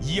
以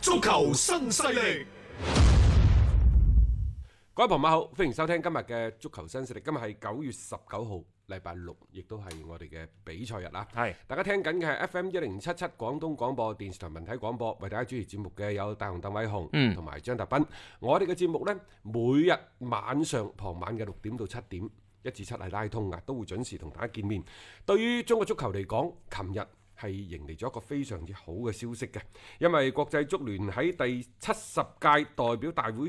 足球新勢力，各位朋友好，歡迎收聽今日嘅足球新勢力。今日係九月十九號，禮拜六，亦都係我哋嘅比賽日啦。係大家聽緊嘅係 FM 一零七七廣東廣播電視台文體廣播，為大家主持節目嘅有大雄、鄧偉雄，同埋張達斌。我哋嘅節目呢，每日晚上傍晚嘅六點到七點，一至七係拉通嘅，都會準時同大家見面。對於中國足球嚟講，琴日，係迎嚟咗一個非常之好嘅消息嘅，因為國際足聯喺第七十屆代表大會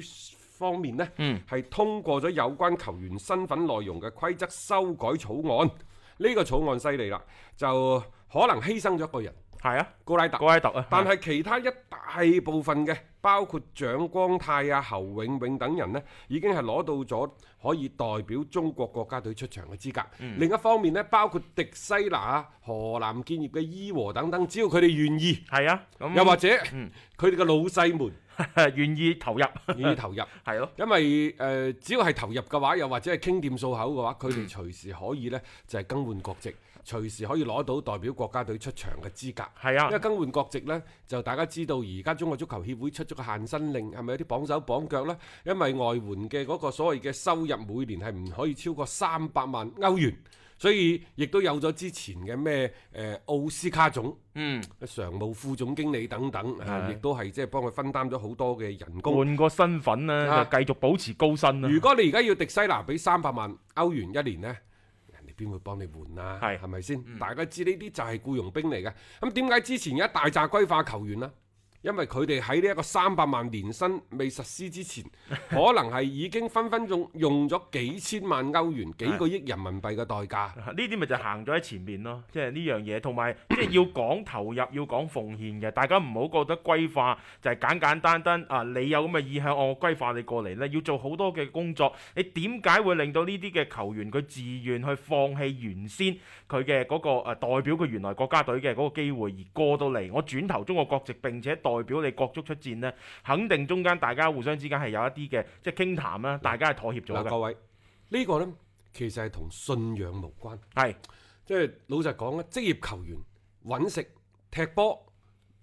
方面呢，係、通過咗有關球員身份內容嘅規則修改草案。呢、個草案犀利啦，就可能犧牲咗一個人，係啊，高拉特。高拉特啊，但係其他一大部分嘅，包括蔣光泰啊、侯永永等人呢，已經係攞到咗可以代表中國國家隊出場嘅資格。嗯另一方面呢，包括迪西拿啊、河南建業嘅伊和等等，只要佢哋願意，係啊，咁又或者佢哋嘅老細們願意投入，願意投入。 係咯，因為誒、呃只要係投入嘅話，又或者係傾掂數口嘅話，佢嗯哋隨時可以呢，就係、更換國籍，隨時可以攞到代表國家隊出場嘅資格。係因為啊，更換國籍呢，就大家知道而家中國足球協會出咗個限薪令，係咪有啲綁手綁腳呢？因為外援嘅嗰個所謂嘅收入每年係唔可以超過三百萬歐元，所以亦都有咗之前嘅咩誒奧斯卡總、嗯，常務副總經理等等，啊係亦都係即係幫佢分擔咗好多嘅人工。換個身份咧啊就繼續保持高薪啦。啊如果你而家要迪西拿俾三百萬歐元一年呢，人哋邊會幫你換啊？係係咪先？大家知呢啲就係僱傭兵嚟嘅。咁點解之前有一大扎歸化球員啦？啊因為佢哋喺呢一個三百萬年薪未實施之前，可能係已經分分鐘用咗幾千萬歐元、幾個億人民幣嘅代價。啊呢啲咪就行咗喺前面咯， 即係呢樣嘢，同埋即係要講投入，要講奉獻嘅。大家唔好覺得歸化就係簡簡單單啊！你有咁嘅意向，我歸化你過嚟呢，要做好多嘅工作。你點解會令到呢啲嘅球員佢自願去放棄原先佢嘅嗰個誒代表佢原來國家隊嘅嗰個機會，而過到嚟我轉投中國國籍並且代表你國足出戰呢？肯定中間大家互相之間係有一啲嘅即係傾談啦，大家係妥協咗嗱，各嘅，位呢、個呢，其實係同信仰無關。係即係老實講啊咧，職業球員揾食、踢波、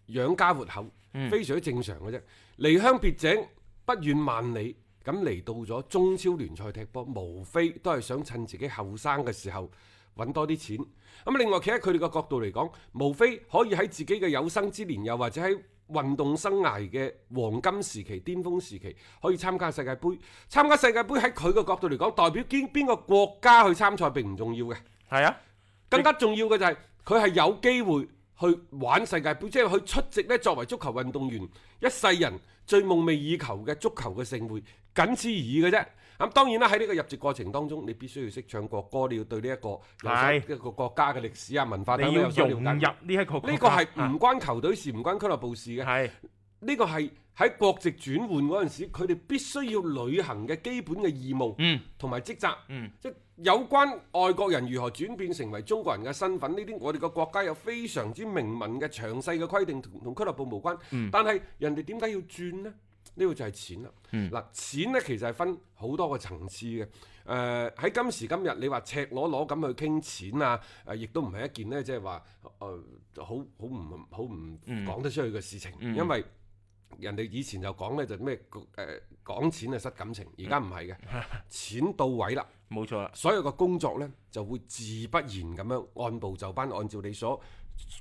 養家活口，非常之正常嘅啫。離鄉別井，不遠萬里，咁嚟到咗中超聯賽踢波，無非都係想趁自己後生嘅時候揾多啲錢。咁另外，企喺佢哋嘅角度嚟講，無非可以喺自己嘅有生之年，又或者喺運動生涯嘅黃金時期、巔峰時期，可以參加世界盃。參加世界盃喺佢嘅角度嚟講，代表邊邊個國家去參賽並唔重要嘅。係啊。更加重要嘅就係佢係有機會去玩世界盃，即係佢出席呢作為足球運動員一世人最夢寐以求嘅足球嘅盛會，僅此而已嘅啫。咁當然啦，喺呢個入籍過程當中，你必須要識唱國歌，你要對呢一個有係一個國家嘅歷史啊、文化等你等要有所了融入解。呢一個啊呢個係唔關球隊事，唔關俱樂部事嘅。係呢個係喺國籍轉換嗰陣時，佢哋必須要履行嘅基本嘅義務嗯，同埋職責。嗯即係有關外國人如何轉變成為中國人嘅身份，呢啲我哋個國家有非常之明文嘅詳細嘅規定，同同俱樂部無關。嗯但係人哋點解要轉呢？呢個就係錢啦。嗯嗱、錢呢其實係分好多個層次嘅。誒、喺今時今日，你話赤裸裸咁去傾錢啊，誒、亦都唔係一件呢，即係話誒好好唔好唔嗯講得出去嘅事情，因為。人哋以前就講呢，就咩誒講錢係失感情，而家唔係嘅，錢到位啦，冇錯啦，所有嘅工作呢，就會自不然咁樣按部就班，按照你所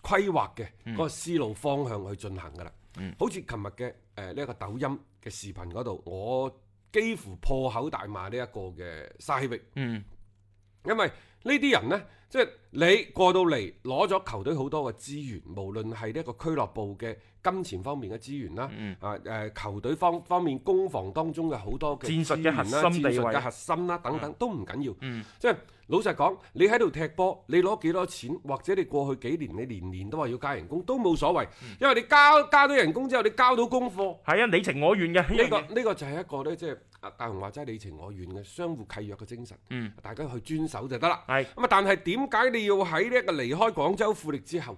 規劃嘅嗰個思路呃方向去進行㗎啦。好似琴日嘅誒呢一個抖音嘅視頻嗰度，我幾乎破口大罵呢一個嘅沙希域，嗯，因為呢啲人呢，即係你過到嚟攞咗球隊好多嘅資源，無論係呢一個俱樂部嘅金錢方面嘅資源啦，嗯啊誒、球隊方方面攻防當中嘅好多嘅戰資術嘅源啦核心地位戰術嘅核心啦等等、都唔緊要，嗯即係老實講，你喺度踢波，你攞幾多錢，或者你過去幾年你年年都話要加人工都冇所謂，嗯因為你交加咗人工之後，你交到功課。係啊，你情我願嘅呢呢、樣個嘢呢個就係一個咧，即係啊大雄話齋你情我願嘅相互契約嘅精神，嗯大家去遵守就得啦。係咁啊，但係點解你要喺呢一個離開廣州富力之後，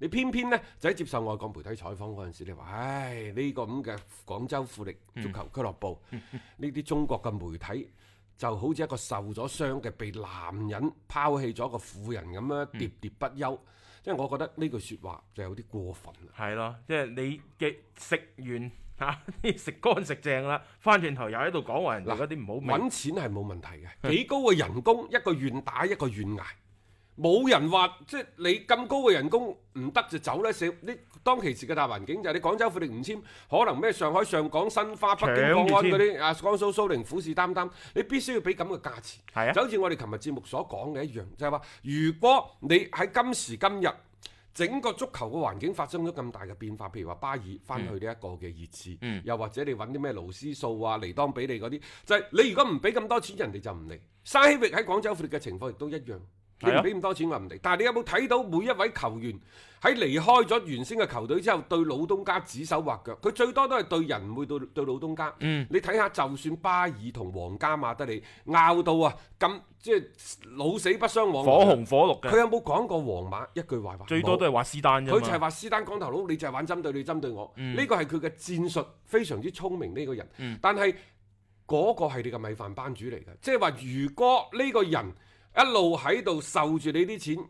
你偏偏呢就喺接受外國媒體採訪嗰陣時，你話唉呢、個咁嘅廣州富力足球俱樂部，嗯呢啲、中國嘅媒體。就好似一個受咗傷嘅被男人拋棄咗一個婦人咁樣，喋喋不嗯休。即係我覺得呢句説話就有啲過分啦。係咯，即係你嘅食完嚇 食乾食淨啦，翻轉頭又喺度講話人哋嗰啲唔好味。揾錢係冇問題嘅，幾高嘅人工一個願打一個願捱，冇人話即係你咁高嘅人工唔得就走咧。社呢當其時嘅大環境就係你廣州富力唔簽，可能咩上海上港申花、北京國搶住安簽嗰啲啊，江蘇蘇寧、虎視眈眈，你必須要俾咁嘅價錢。係啊，就好似我哋琴日節目所講嘅一樣，就係、話，如果你喺今時今日整個足球嘅環境發生咗咁大嘅變化，譬如話巴爾翻去呢一個嘅熱刺，嗯又或者你揾啲咩勞斯數啊、尼當比利嗰啲，就係、你如果唔俾咁多錢，人哋就唔嚟。沙希域喺廣州富力嘅情況亦都一樣。你係啊唔俾咁多錢，我唔嚟。但係你有冇睇到每一位球員喺離開咗原先嘅球隊之後，對老東家指手畫腳？佢最多都係對人，唔會對對老東家。嗯你睇下，就算巴爾同皇家馬德里拗到啊，咁即係老死不相往來啊火紅火綠嘅，佢有冇講過皇馬一句壞話？最多都係話是但啫冇佢就係嘛。嗯話斯丹光頭佬，你就係玩針對你，針對我。呢個係佢嘅戰術，非常之聰明呢個人。但係嗰個係你嘅米飯班主嚟嘅，即係話如果呢個人一路喺度受住你啲錢。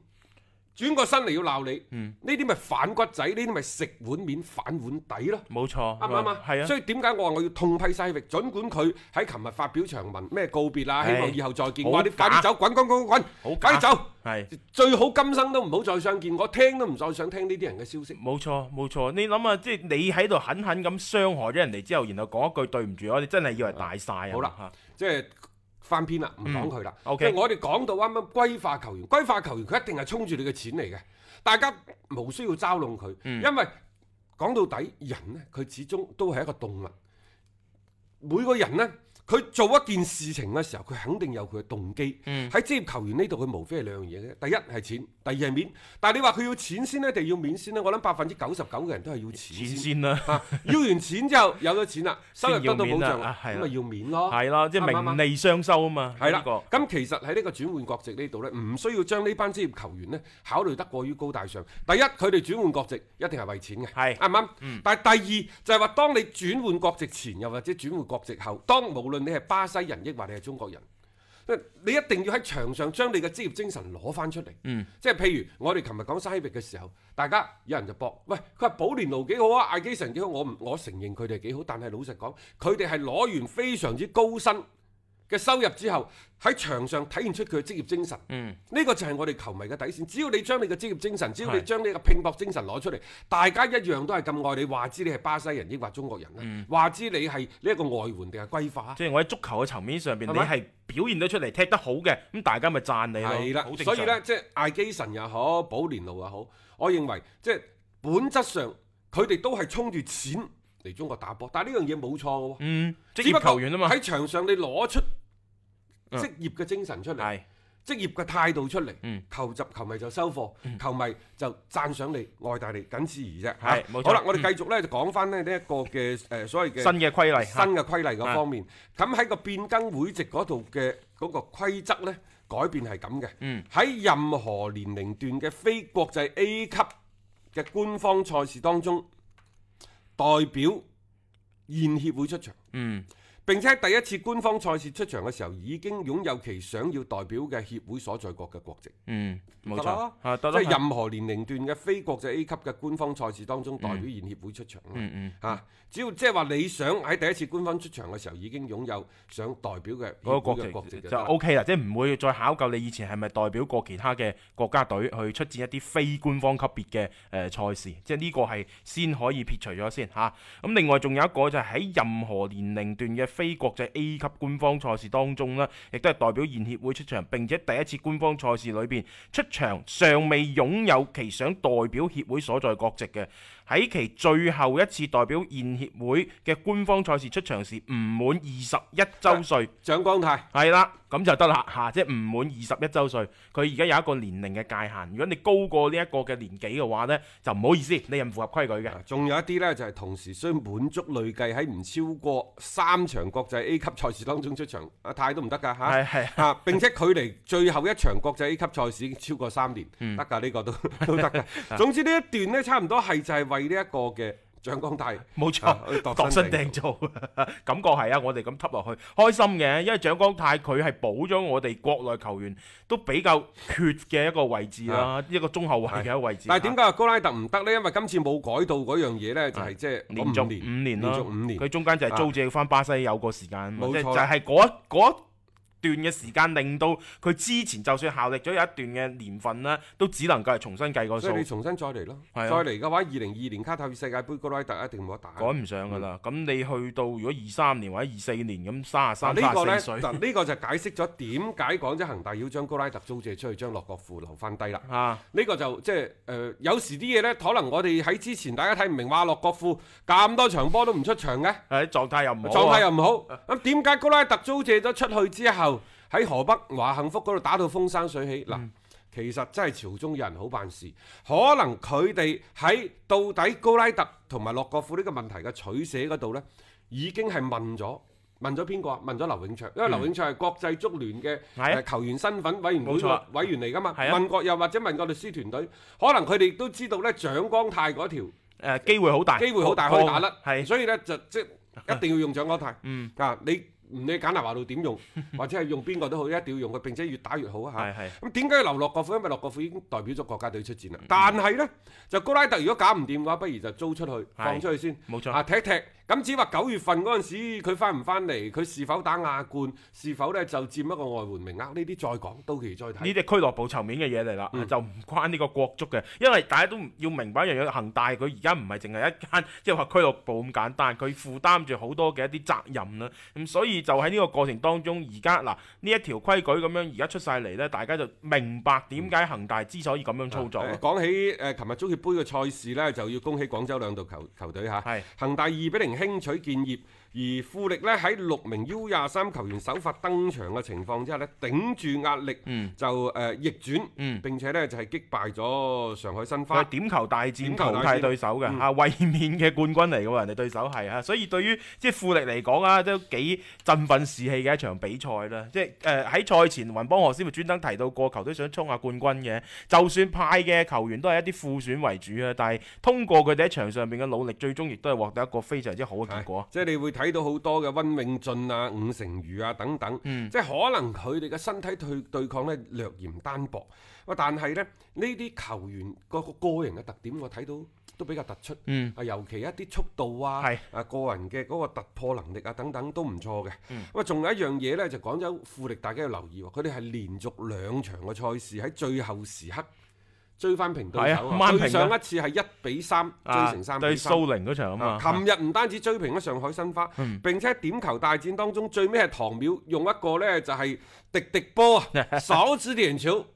轉個身嚟要鬧你，嗯呢啲咪反骨仔，呢啲咪食碗面反碗底咯。冇錯，啱唔啱啊？係啊，所以點解我話我要痛批西域？儘管佢喺琴日發表長文咩告別啊，希係望以後再見。好我話你快假啲走，滾滾滾滾好滾，快啲假走，係。最好今生都唔好再相見。我聽都唔再想聽呢啲人嘅消息。冇錯冇錯，你諗下，即係你喺度狠狠咁傷害咗人哋之後，然後講一句對唔住我，你真係以為大晒啊！好啦嚇，即係翻篇啦，唔講佢啦。嗯，OK 即係我哋講到啱啱歸化球員，歸化球員佢一定係衝住你嘅錢嚟嘅，大家無需要嘲弄佢，嗯因為講到底人呢，佢始終都係一個動物。每個人呢，佢做一件事情嘅時候，佢肯定有佢嘅動機。嗯喺職業球員呢度，佢無非係兩樣嘢嘅，第一係錢，第二係面。但係你話佢要錢先呢，定要面先呢？我諗百分之九十九嘅人都係要錢錢先。先啦，啊，要完錢之後有咗錢啦，收入先要得到保面啦障啊啦，係咁啦咪要面咯。係啦，即啱係唔啱啊名利雙收啊嘛，係啦呢個，咁其實喺呢個轉換國籍呢度呢，唔需要將呢班職業球員呢考慮得過於高大上。第一，佢哋轉換國籍一定係為錢嘅，係嗯啱唔啱？但係第二就係話，當你轉換國籍前，又或者轉換國籍後，當無論你係巴西人，抑或你係中國人。你一定要喺場上將你嘅職業精神攞翻出嚟，嗯即係譬如我哋琴日講西域嘅時候，大家有人就搏，喂，佢話保連奴幾好啊，艾基臣幾好，我唔我承認佢哋幾好，但係老實講，佢哋係攞完非常之高薪嘅收入之後，喺場上體現出佢嘅職業精神。嗯，呢個就係我哋球迷嘅底線。只要你將你嘅職業精神，只要係你將你嘅拼搏精神攞出嚟，大家一樣都係咁愛你。話知你係巴西人，抑或中國人啦，話知你係呢一個外援定係歸化啊。嗯即係我喺足球嘅層面上邊，係你咪係表現得出嚟，踢得好嘅，咁大家咪讚你咯，係啦好，正所常以呢，，即係艾基臣又好，保連奴又好，我認為即係本質上佢哋都係衝住錢嚟中國打波，但係呢樣嘢冇錯嘅喎。嗯，只職不業過球員啊嘛，喺場上你攞出嗯職業嘅精神出嚟。係職業嘅態度出嚟，嗯球集球迷就收貨，球迷就讚賞你、愛戴你，僅此而啫。係嚇冇錯嗯好啦，我哋繼續咧就講翻咧呢一個嘅誒所謂嘅新嘅規例，啊啊新嘅規例嗰方面，咁喺個變更會籍嗰度嘅嗰個規則咧改變係咁嘅。嗯喺任何年齡段嘅非國際 A 級嘅官方賽事當中，代表現協會出場。嗯並且第一次官方賽事出場嘅時候，已經擁有其想要代表嘅協會所在國嘅國籍。嗯，冇得錯啦，啊得啦即係，任何年齡段嘅非國際 A 級嘅官方賽事當中，代表現協會出場啦。嗯嗯啊，只要即係話你想喺第一次官方出場嘅時候已經擁有想代表嘅嗰個協會嘅國國籍籍就嘅就 O K 啦，即係唔會再考究你以前係咪代表過其他嘅國家隊去出戰一啲非官方級別嘅呃誒賽事，即係呢個係先可以撇除咗先嚇。咁、另外仲有一個就係喺任何年齡段嘅非國際 A 級官方賽事當中啦，亦都係代表現協會出場，並且第一次官方賽事裏邊出場尚未擁有其想代表協會所在國籍嘅。喺其最後一次代表現協會嘅官方賽事出場時，唔滿二十一週歲。蔣光泰。係啦，咁就得啦嚇，即係唔滿二十一週歲，佢而家有一個年齡嘅界限。如果你高過呢一個嘅年紀嘅話呢，就唔好意思，你係唔符合規矩嘅。啊仲有一啲呢，就係同時需滿足累計喺唔超過三場國際 A 級賽事當中出場，阿泰都唔得㗎嚇。係係啊，並且距離最後一場國際 A 級賽事已經超過三年，嗯得㗎呢個都 都得 啊㗎。總之呢一段呢，差唔多係就係為呢一個嘅蔣光泰冇啊去錯，度身訂造， 感覺係啊！我哋咁揼落去，開心嘅，因為蔣光泰佢係補咗我哋國內球員都比較缺嘅一個位置啦，一個中後衞嘅一個位置。但係點解話高拉特唔得呢？因為今次冇改到嗰樣嘢呢，就係即係啊連嗰續年五年連啦，續哦五年佢中間就係租借翻巴西有個時間啊嘛，冇即係錯就啦係嗰一嗰一段嘅時間，令到佢之前就算效力咗有一段嘅年份啦，都只能夠係重新計個數所以，你重新再嚟咯，係啊再嚟嘅話，二零二年卡塔爾世界盃高拉特一定冇得打。趕唔上㗎嗯啦。咁你去到如果二三年或者二四年咁，三十嗱三、啊呢個三呢，十四嗱歲呢個就解釋咗點解廣州恒大要將高拉特租借出去，將洛國富留翻低啦。 啊，呢個就即係誒，有時啲嘢呢，可能我哋喺之前大家睇唔明，話洛國富咁多場波都唔出場嘅，係狀態又唔好啊，狀態又唔好。咁點解高拉特租借咗出去之後，喺河北華幸福嗰度打到風生水嗯起？嗱，其實真係朝中有人好辦事，可能佢哋喺到底高拉特同埋洛國富呢個問題嘅取捨嗰度呢，已經係問咗。問咗邊個啊？問咗劉永卓，因為劉永卓係國際足聯嘅嗯係誒啊球員身份委員會冇錯啊委員嚟噶嘛？係啊問過又或者問過律師團隊，可能佢哋都知道呢蔣光泰嗰條誒機會好大，機會好大可以打甩，係所以咧就即係一定要用蔣光泰。嗯啊，你唔理簡拿華路點 用，或者係用邊個都好，一定要用佢，並且越打越好啊係嚇。係咁點解要留洛國富？因為洛國富已經代表咗國家隊出戰啦。但係呢，就高拉特如果搞唔掂嘅話，不如就租出去，放出去先。冇錯啊，踢一踢。咁只話九月份嗰陣時，佢翻唔翻嚟，佢是否打亞冠，是否呢就佔一個外援名額，呢啲再講，到期再呢睇。啲係俱樂部層面嘅嘢嚟啦，就唔關呢個國足嘅，因為大家都啊唔要明白一樣嘢，恒大佢而家唔係淨係一間即係話俱樂部咁簡單，佢負擔住好多嘅一啲責任啦。咁所以就喺呢個過程當中，而家嗱呢一條規矩咁樣而家出晒嚟呢，大家就明白點解恒大之所以咁樣操作啊誒啦。講起誒，琴日足協杯嘅賽事呢，就要恭喜廣州兩隊球球隊嚇。係恒大二比零輕取建業，而富力呢喺六名 U 廿三球員首發登場嘅情況之下呢，頂住壓力嗯就誒、呃逆轉，嗯並且呢就係、擊敗咗上海申佢花係。點球大戰點球大淘戰汰對手嘅，嗯啊衛冕嘅冠軍嚟嘅喎，人哋對手係啊，所以對於即係富力嚟講啊，都幾振奮士氣嘅一場比賽啦。即係誒喺賽前，雲邦何師傅專登提到過，球隊想衝下冠軍嘅，就算派嘅球員都係一啲副選為主啊，但係通過佢哋喺場上邊嘅努力，最終亦都係獲得一個非常之好嘅結係果。即係你會睇到好多嘅温永俊啊、伍成瑜啊等等，嗯即係可能佢哋嘅身體對對抗呢略嫌單薄，喂，但係呢，呢啲球員個個個人嘅特點，我睇到都比較突出。嗯，啊，尤其一啲速度啊係，啊個人嘅嗰個突破能力啊等等都唔錯嘅。嗯咁啊，仲有一樣嘢呢，就廣州富力，大家要留意喎，佢哋係連續兩場嘅賽事喺最後時刻追翻平對手係啊掹啊，平㗎對上一次係一比三追成啊三對比三。蘇寧嗰場啊嘛啊，琴日唔單止追平咗上海申花，嗯並且點球大戰當中最尾係唐淼用一個呢就係滴滴波 啊，手指連球，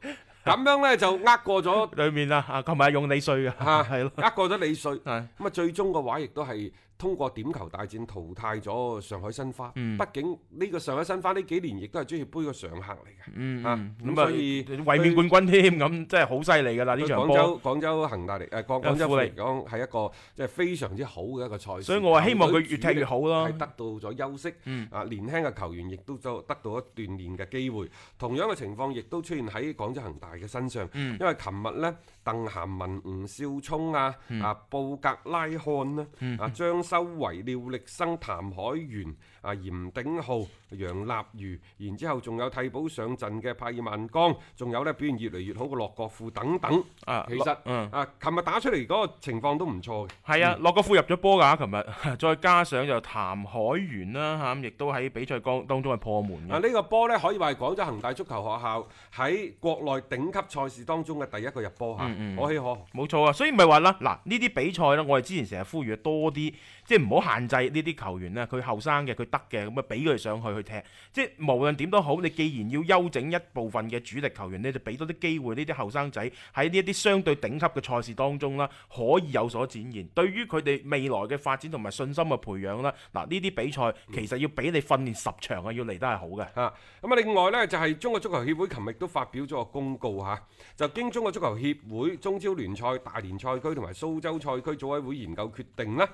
咁樣呢就呃過咗 裏面啊，啊琴日係用你衰嘅，嚇，係咯，呃過咗李帥。係。咁啊，最終嘅話亦都係通過點球大戰淘汰咗上海申花。嗯畢竟呢個上海申花呢幾年亦都係足協杯嘅常客嚟嘅。嗯，啊嗯咁咁啊，所以衛冕冠軍添，咁真係好犀利噶啦呢對場廣波。州廣州恒大嚟誒廣廣州富力嚟講係一個即係非常之好嘅一個賽事。所以我話希望佢越球隊踢越好咯主力係得到咗休息。嗯啊，年輕嘅球員亦都就得到一鍛鍊嘅機會。同樣嘅情況亦都出現喺廣州恒大嘅身上。嗯因為琴日呢，鄧涵文、吳少聰啊、嗯啊布格拉漢啦、啊張修維、廖力生、譚海源、啊嚴鼎浩、楊立瑜，然之後仲有替補上陣嘅帕爾曼江，仲有呢表現越嚟越好嘅洛國富等等。啊其實洛嗯啊，琴日打出嚟嗰個情況都唔錯嘅。係嗯啊，洛國富入咗波㗎，琴日 再加上就譚海源啦嚇，咁亦都喺比賽當當中係破門啊！嘅。呢個波呢，可以話係廣州恒大足球學校喺國內頂級賽事當中嘅第一個入波嚇，可喜可賀。冇錯啊，所以咪話啦，嗱呢啲比賽呢，我哋之前成日呼籲多啲，即係唔好限制呢啲球員呢，啊佢後生嘅，佢得嘅，咁啊俾佢哋上去去踢，即係無論點都好，你既然要休整一部分嘅主力球員，你就俾多啲機會呢啲後生仔喺呢一啲相對頂級嘅賽事當中啦，可以有所展現，對於佢哋未來嘅發展同埋信心嘅培養啦，嗱呢啲比賽其實要俾你訓練十場啊，要嚟得係好嘅。啊，咁啊，另外呢，就係、中國足球協會琴日都發表咗個公告嚇、就經中國足球協會中超聯賽大連賽區同埋蘇州賽區組委會研究決定呢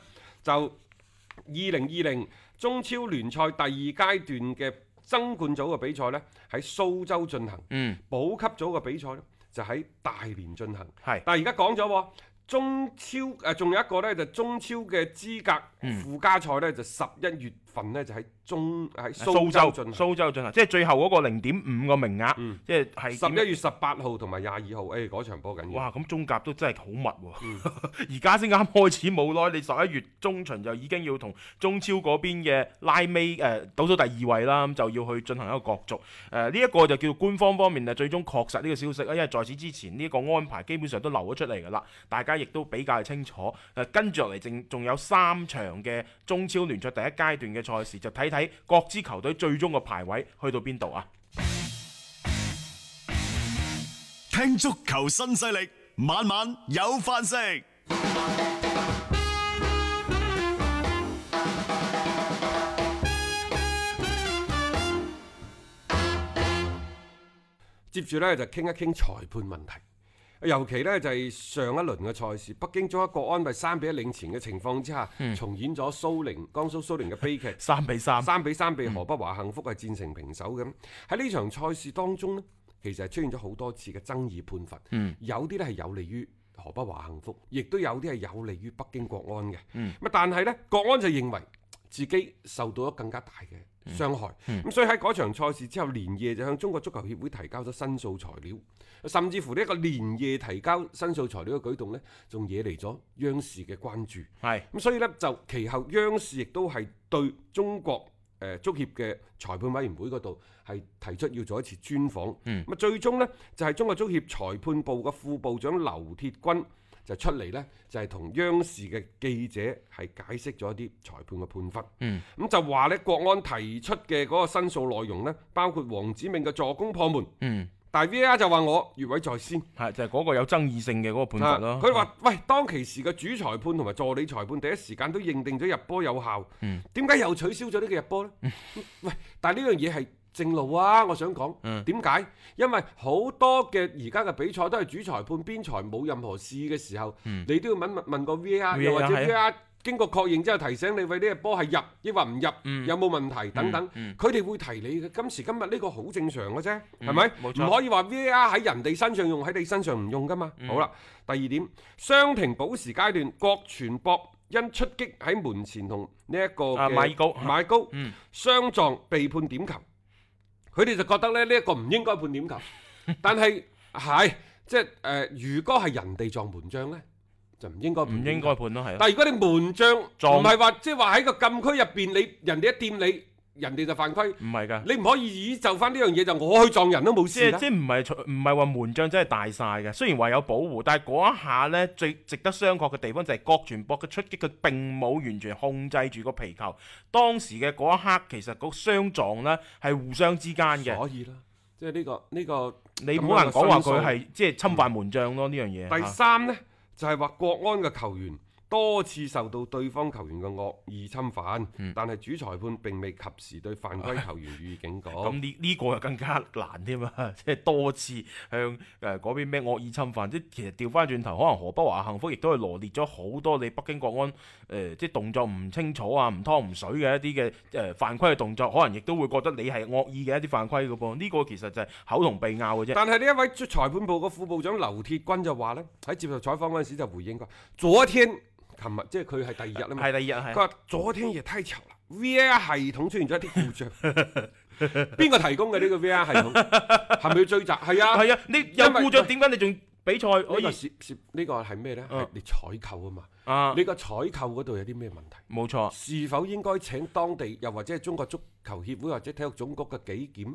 就二零二零中超聯賽第二階段嘅爭冠組嘅比賽呢，喺蘇州進行，嗯，保級組嘅比賽呢，就喺大連進行。係但係而家講咗喎。中超誒仲、有一個呢，就中超嘅資格嗯附加賽呢，就十一月份呢，就喺中喺蘇州進行。啊嗯蘇州進行，即係最後嗰個零點五個名額，即係係十點啊一月十八號同埋廿二號，誒嗰場波緊要。哇！咁中甲都真係好密喎、 而家先啱開始冇耐，你十一月中旬就已經要同中超嗰邊嘅拉尾誒、呃倒數第二位啦，咁就要去進行一個角逐。誒呢一個就叫官方方面啊，最終確實呢個消息啦，因為在此之前呢、個安排基本上都流咗出嚟㗎啦，大家亦都比較清楚。誒、跟住落嚟，正仲有三場嘅中超聯賽第一階段嘅賽事，就睇睇各支球隊最終個排位去到邊度啊！，聽足球新勢力，晚晚有飯食。接住呢，就傾一傾裁判問題，尤其呢，就係、上一輪嘅賽事，北京中國國安為三比一領前嘅情況之下，重演咗蘇寧江蘇蘇寧嘅悲劇 三比三，嗯三比三被河北華幸福係戰成平手咁。喺呢場賽事當中呢，其實係出現咗好多次嘅爭議判罰，嗯有啲呢係有利於。河北華幸福，亦都有啲係有利於北京國安嘅。咁、嗯但係呢，國安就認為自己受到咗更加大嗯嘅傷害。咁、所以喺嗰場賽事之後，連夜就向中國足球協會提交咗申訴材料，甚至乎呢一個連夜提交申訴材料嘅舉動呢，仲惹嚟咗央視嘅關注。係。咁所以呢，就其後央視亦都係對中國誒、呃足協嘅裁判委員會嗰度係提出要做一次專訪。咁、啊最終呢，就係、中國足協裁判部嘅副部長劉鐵軍就出嚟呢，就係、同央視嘅記者係解釋咗一啲裁判嘅判罰。咁、就話呢，國安提出嘅嗰個申訴內容呢，包括黃子銘嘅助攻破門。嗯但係 VAR 就話我越位在先。係就係、嗰個有爭議性嘅嗰個判罰咯。嗯佢話：喂，當其時嘅主裁判同埋助理裁判第一時間都認定咗入波有效，嗯點解、又取消咗呢個入波呢？喂，但係呢樣嘢係正路啊！我想講嗯點解？因為好多嘅而家嘅比賽都係主裁判邊裁冇任何事嘅時候，嗯你都要問問個 VAR，又或者 VAR 係啊 VAR。經過確認之後提醒你，喂呢個波係入抑或唔入，嗯有冇問題等等，佢哋、會提你嘅。今時今日呢個好正常嘅啫，係咪、嗯冇唔錯可以話 VAR 喺人哋身上用，喺你身上唔用噶嘛。嗯好啦，第二點，雙停保時階段，郭全博因出擊喺門前同呢一個啊嗯嘅米高米高相撞被判點球，佢哋就覺得咧呢一個唔應該判 點球，但係係即係誒、呃如果係人哋撞門將呢，就唔應該唔判點球應該判咯，係啊咯。但係如果你門將撞唔係話即係話喺個禁區入邊，你人哋一掂你，人哋就犯規，唔係㗎，你唔啊可以以就翻呢樣嘢就我去撞人都冇即事係㗎即。係唔係除唔係話門將真係大晒嘅，雖然話有保護，但係嗰一下呢，最值得商榷嘅地方就係郭全博嘅出擊，佢並冇完全控制住個皮球。當時嘅嗰一刻，其實個相撞呢係互相之間嘅，所以啦，即係呢個呢個你咁啊好難樣嘅講話分數佢係即係侵犯門將咯呢樣嘢。第三呢，就係話國安嘅球員多次受到對方球員嘅惡意侵犯，嗯但係主裁判並未及時對犯規球員予以警告。咁呢呢個又更加難添啊！ 即係多次向誒嗰邊咩惡意侵犯，即係其實調翻轉頭，可能河北華夏幸福亦都係羅列咗好多你北京國安誒、呃即係動作唔清楚啊、唔湯唔水嘅一啲嘅誒犯規嘅動作，可能亦都會覺得你係惡意嘅一啲犯規嘅噃。呢、個其實就係口同鼻拗嘅啫。但係呢一位裁判部嘅副部長劉鐵軍就話呢喺接受採訪嗰陣時就回應佢：昨天、琴日，即係佢係第二日啦嘛。係啊第二日佢係話昨天夜太巧啦，VAR 系統出現咗一啲故障。 邊個提供嘅呢個 VAR 系統？係咪要追責？係啊，係啊！你有因為哎故障點解你仲比賽哎可呢以個涉涉呢個係咩呢？嗯係你採購啊嘛，啊？你個採購嗰度有啲咩問題？冇錯，是否應該請當地又或者係中國足球協會或者體育總局嘅紀檢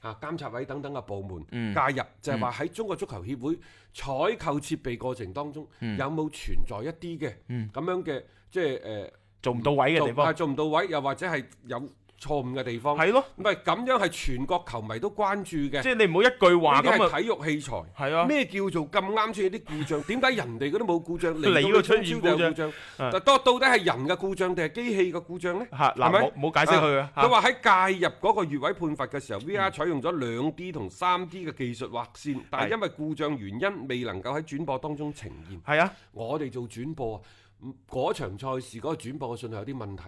啊監察委等等嘅部門、嗯介入，就係話喺中國足球協會採購設備過程當中，嗯有冇存在一啲嘅咁樣嘅即呃係誒、做唔到位嘅地做啊方做唔到位，又或者係有錯誤嘅地方，係咯，唔係咁樣係全國球迷都關注嘅。即係你唔好一句話呢啲咁啊！係體育器材。係啊，咩叫做咁啱出現啲故障？點解人哋嗰啲冇故 障，嚟到嗰你個中出超現就有故障故障？啊但到到底係人嘅故障定係機器嘅故障呢？嚇係嗱，咪冇冇解釋佢啊！佢話喺介入嗰個越位判罰嘅時候，VR 採用咗兩 D 同三 D 嘅技術劃線，但係係因為故障原因未能夠喺轉播當中呈現。係啊。我哋做轉播，嗯嗰場賽事嗰個轉播嘅信號有啲問題。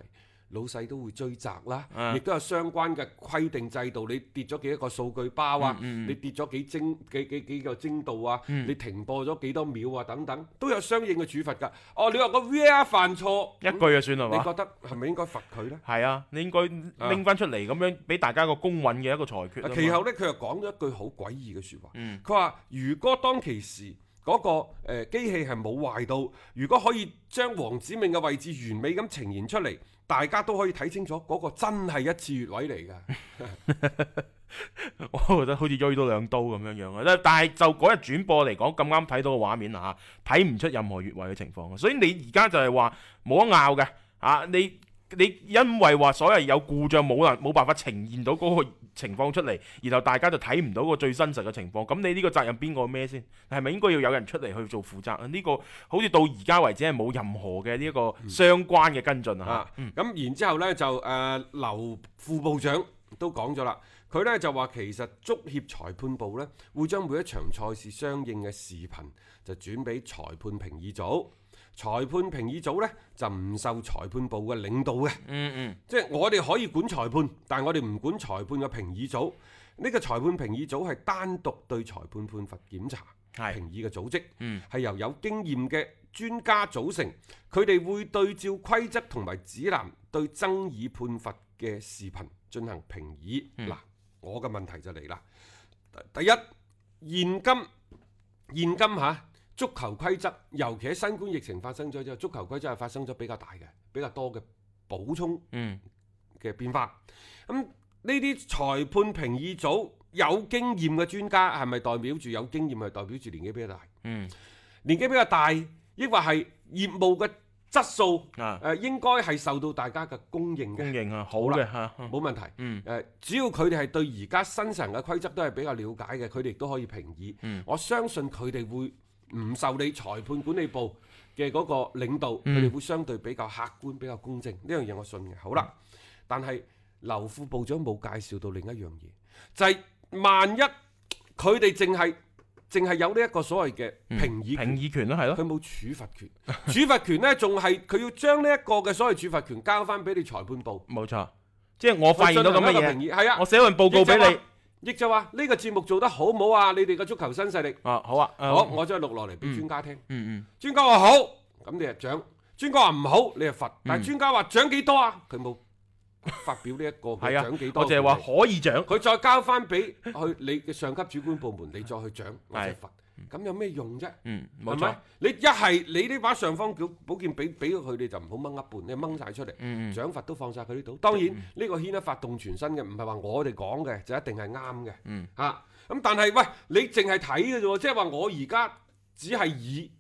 老細都會追責啦，啊亦都有相關嘅規定制度。你跌咗幾多個數據包啊？嗯你跌咗幾精幾幾幾個精度啊？你停播咗幾多秒啊？等等都有相應嘅處罰㗎。哦，你話個 VR 犯錯嗯一句就算啦你嘛。覺得係咪應該罰佢呢？係啊，你應該啊拎翻出嚟咁樣俾大家一個公允嘅一個裁決啊嘛。其後呢，佢又講咗一句好詭異嘅説話，嗯佢話、如果當其時嗰、個誒、呃、機器係冇壞到，如果可以將王子銘嘅位置完美咁呈現出嚟，大家都可以睇清楚嗰、個真係一次越位嚟㗎。 我覺得好似鋥到兩刀咁樣樣啊！但係就嗰日轉播嚟講，咁啱睇到個畫面啦嚇，睇唔出任何越位嘅情況啊所以你而家就係話冇得拗嘅啊！你你因為話所謂有故障冇能冇辦法呈現到嗰個情況出嚟，然後大家就睇唔到個最真實嘅情況，咁你呢個責任邊個孭先？係咪應該要有人出嚟去做負責啊？呢、個好似到而家為止係冇任何嘅呢一個相關嘅跟進啊嗯啊，咁然之後呢，就誒、呃、劉副部長都講咗啦，佢呢就話其實足協裁判部呢會將每一場賽事相應嘅視頻就轉俾裁判評議組，裁判評議組呢就唔受裁判部嘅領導嘅。嗯嗯。即係我哋可以管裁判，但係我哋唔管裁判嘅評議組。呢、個裁判評議組係單獨對裁判判罰檢查係評議嘅組織，係、嗯由有經驗嘅專家組成，佢哋會對照規則同埋指南對爭議判罰嘅視頻進行評議。嗱、我嘅問題就嚟啦，第一，現今現今嚇足球規則，尤其喺新冠疫情發生咗之後，足球規則係發生咗比較大嘅、比較多嘅補充嗯嘅變化。咁呢啲裁判評議組有經驗嘅專家係咪代表住有經驗係代表住年紀比較大？嗯年紀比較大，抑或係業務嘅質素誒、啊，呃、應該係受到大家嘅公認公嘅，認啊，好嘅嚇。嗯冇問題。嗯誒、只要佢哋係對而家新成嘅規則都係比較了解嘅，佢哋亦都可以評議。嗯我相信佢哋會唔受你裁判管理部嘅嗰個領導，佢嗯哋、會相對比較客觀、比較公正。呢樣嘢我信嘅。好啦，嗯但係劉副部長冇介紹到另一樣嘢，就係、萬一佢哋淨係淨係有呢一個所謂嘅評議權嗯評議權啦，係佢咯，冇處罰權，處罰權呢仲係佢要將呢一個嘅所謂處罰權交翻俾你裁判部。冇錯。即係我發現到咁嘅佢進行嘢，一個評議係啊我寫份報告俾你。你，亦就話呢個節目做得好唔好啊？你哋嘅足球新勢力，啊，好啊，誒好，，我將佢錄落嚟俾專家聽。嗯嗯，專家話好，咁你就獎；專家話唔好，你就罰。但係專家話獎幾多啊？佢冇發表呢一個佢係啊獎幾，多嘅權我就係利。話可以獎，佢再交翻俾去你嘅上級主管部門，你再去獎或者係罰，咁有咩用啫？嗯，係冇錯咪，？你一係你呢把上方叫寶劍俾俾咗佢，你就唔好掹一半，你掹晒出嚟，嗯獎罰都放晒佢呢度。當然呢個牽一發動全身嘅，唔係話我哋講嘅就一定係啱嘅。嗯啊，咁但係喂，你淨係睇嘅啫喎，即係話我而家只係以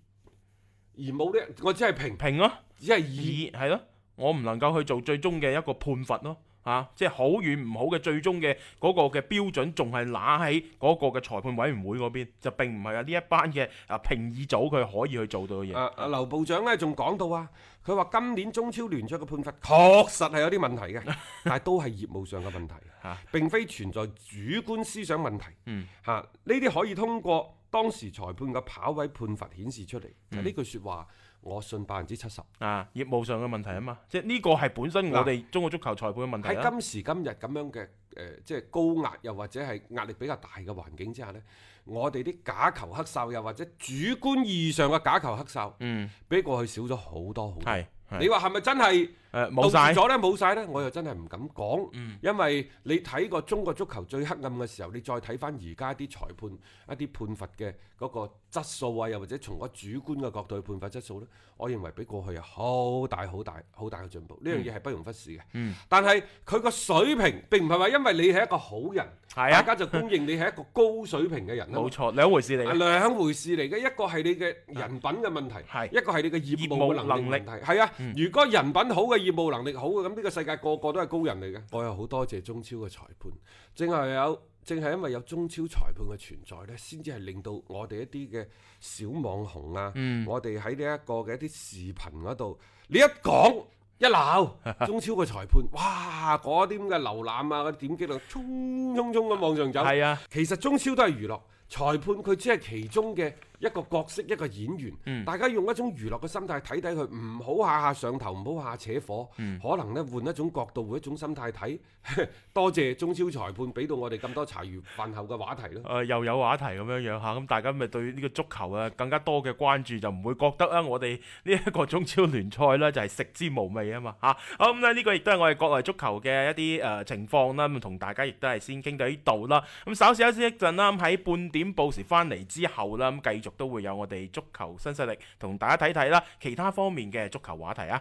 而冇呢，我只係評，評咯，只係二以。係咯，我唔能夠去做最終嘅一個判罰咯，啊，即係好與唔好嘅最終嘅嗰個嘅標準，仲係揦喺嗰個嘅裁判委員會嗰邊，就並唔係啊呢一班嘅啊評議組佢可以去做到嘅嘢。啊啊！劉部長呢仲講到啊，佢話今年中超聯賽嘅判罰確實係有啲問題嘅， 但係都係業務上嘅問題嚇，並非存在主觀思想問題。嗯，嚇呢啲可以通過當時裁判嘅跑位判罰顯示出嚟。就呢句説話，我信百分之七十。啊，業務上嘅問題啊嘛，即係呢個係本身我哋中國足球裁判嘅問題啊喺啦。今時今日啊咁樣嘅誒、呃即係高壓又或者係壓力比較大嘅環境之下呢，我哋啲假球黑哨又或者主觀意義上嘅假球黑哨，嗯，比過去少咗好多好多。係係你話係咪真係誒導冇致晒咗呢？冇晒呢？我又真係唔敢講，因為你睇過中國足球最黑暗嘅時候，你再睇翻而家啲裁判一啲判罰嘅嗰個質素啊，又或者從個主觀嘅角度去判罰質素呢，我認為比過去有好大好大好大嘅進步，呢樣嘢係不容忽視嘅。但係佢個水平並唔係話因為你係一個好人，係大啊家就公認你係一個高水平嘅人啊嘛冇錯，兩回事嚟係嘅。兩回事嚟嘅，一個係你嘅人品嘅問題，係一個係你嘅業務嘅能力問業務題。係啊，如果人品好嘅業務能力好嘅，咁呢個世界個個都係高人嚟嘅。我又好多謝中超嘅裁判，正係有。正係因為有中超裁判嘅存在呢，先至係令到我哋一啲嘅小網紅啊，我哋喺呢一個嘅一啲視頻嗰度，你一 講一鬧中超嘅裁判，哇！嗰啲咁嘅瀏覽啊，嗰啲點擊量，衝衝衝咁往上走。係啊，其實中超都係娛樂，裁判佢只係其中嘅一個角色，一個演員。大家用一種娛樂嘅心態睇睇佢，唔好下下上頭，唔好下下扯火。可能呢換一種角度，換一種心態睇。 多謝中超裁判俾到我哋咁多茶餘飯後嘅話題咯。誒、呃又有話題咁樣樣嚇，咁、大家咪對呢個足球啊更加多嘅關注，就唔會覺得啊，我哋呢一個中超聯賽咧就係、食之無味啊嘛嚇。好咁咧，呢個亦都係我哋國內足球嘅一啲誒、呃情況啦，咁同大家亦都係先傾到呢度啦。咁稍事休息一陣啦，咁喺半點報時翻嚟之後啦，咁繼續都會有我哋足球新勢力同大家睇睇啦，其他方面嘅足球話題啊。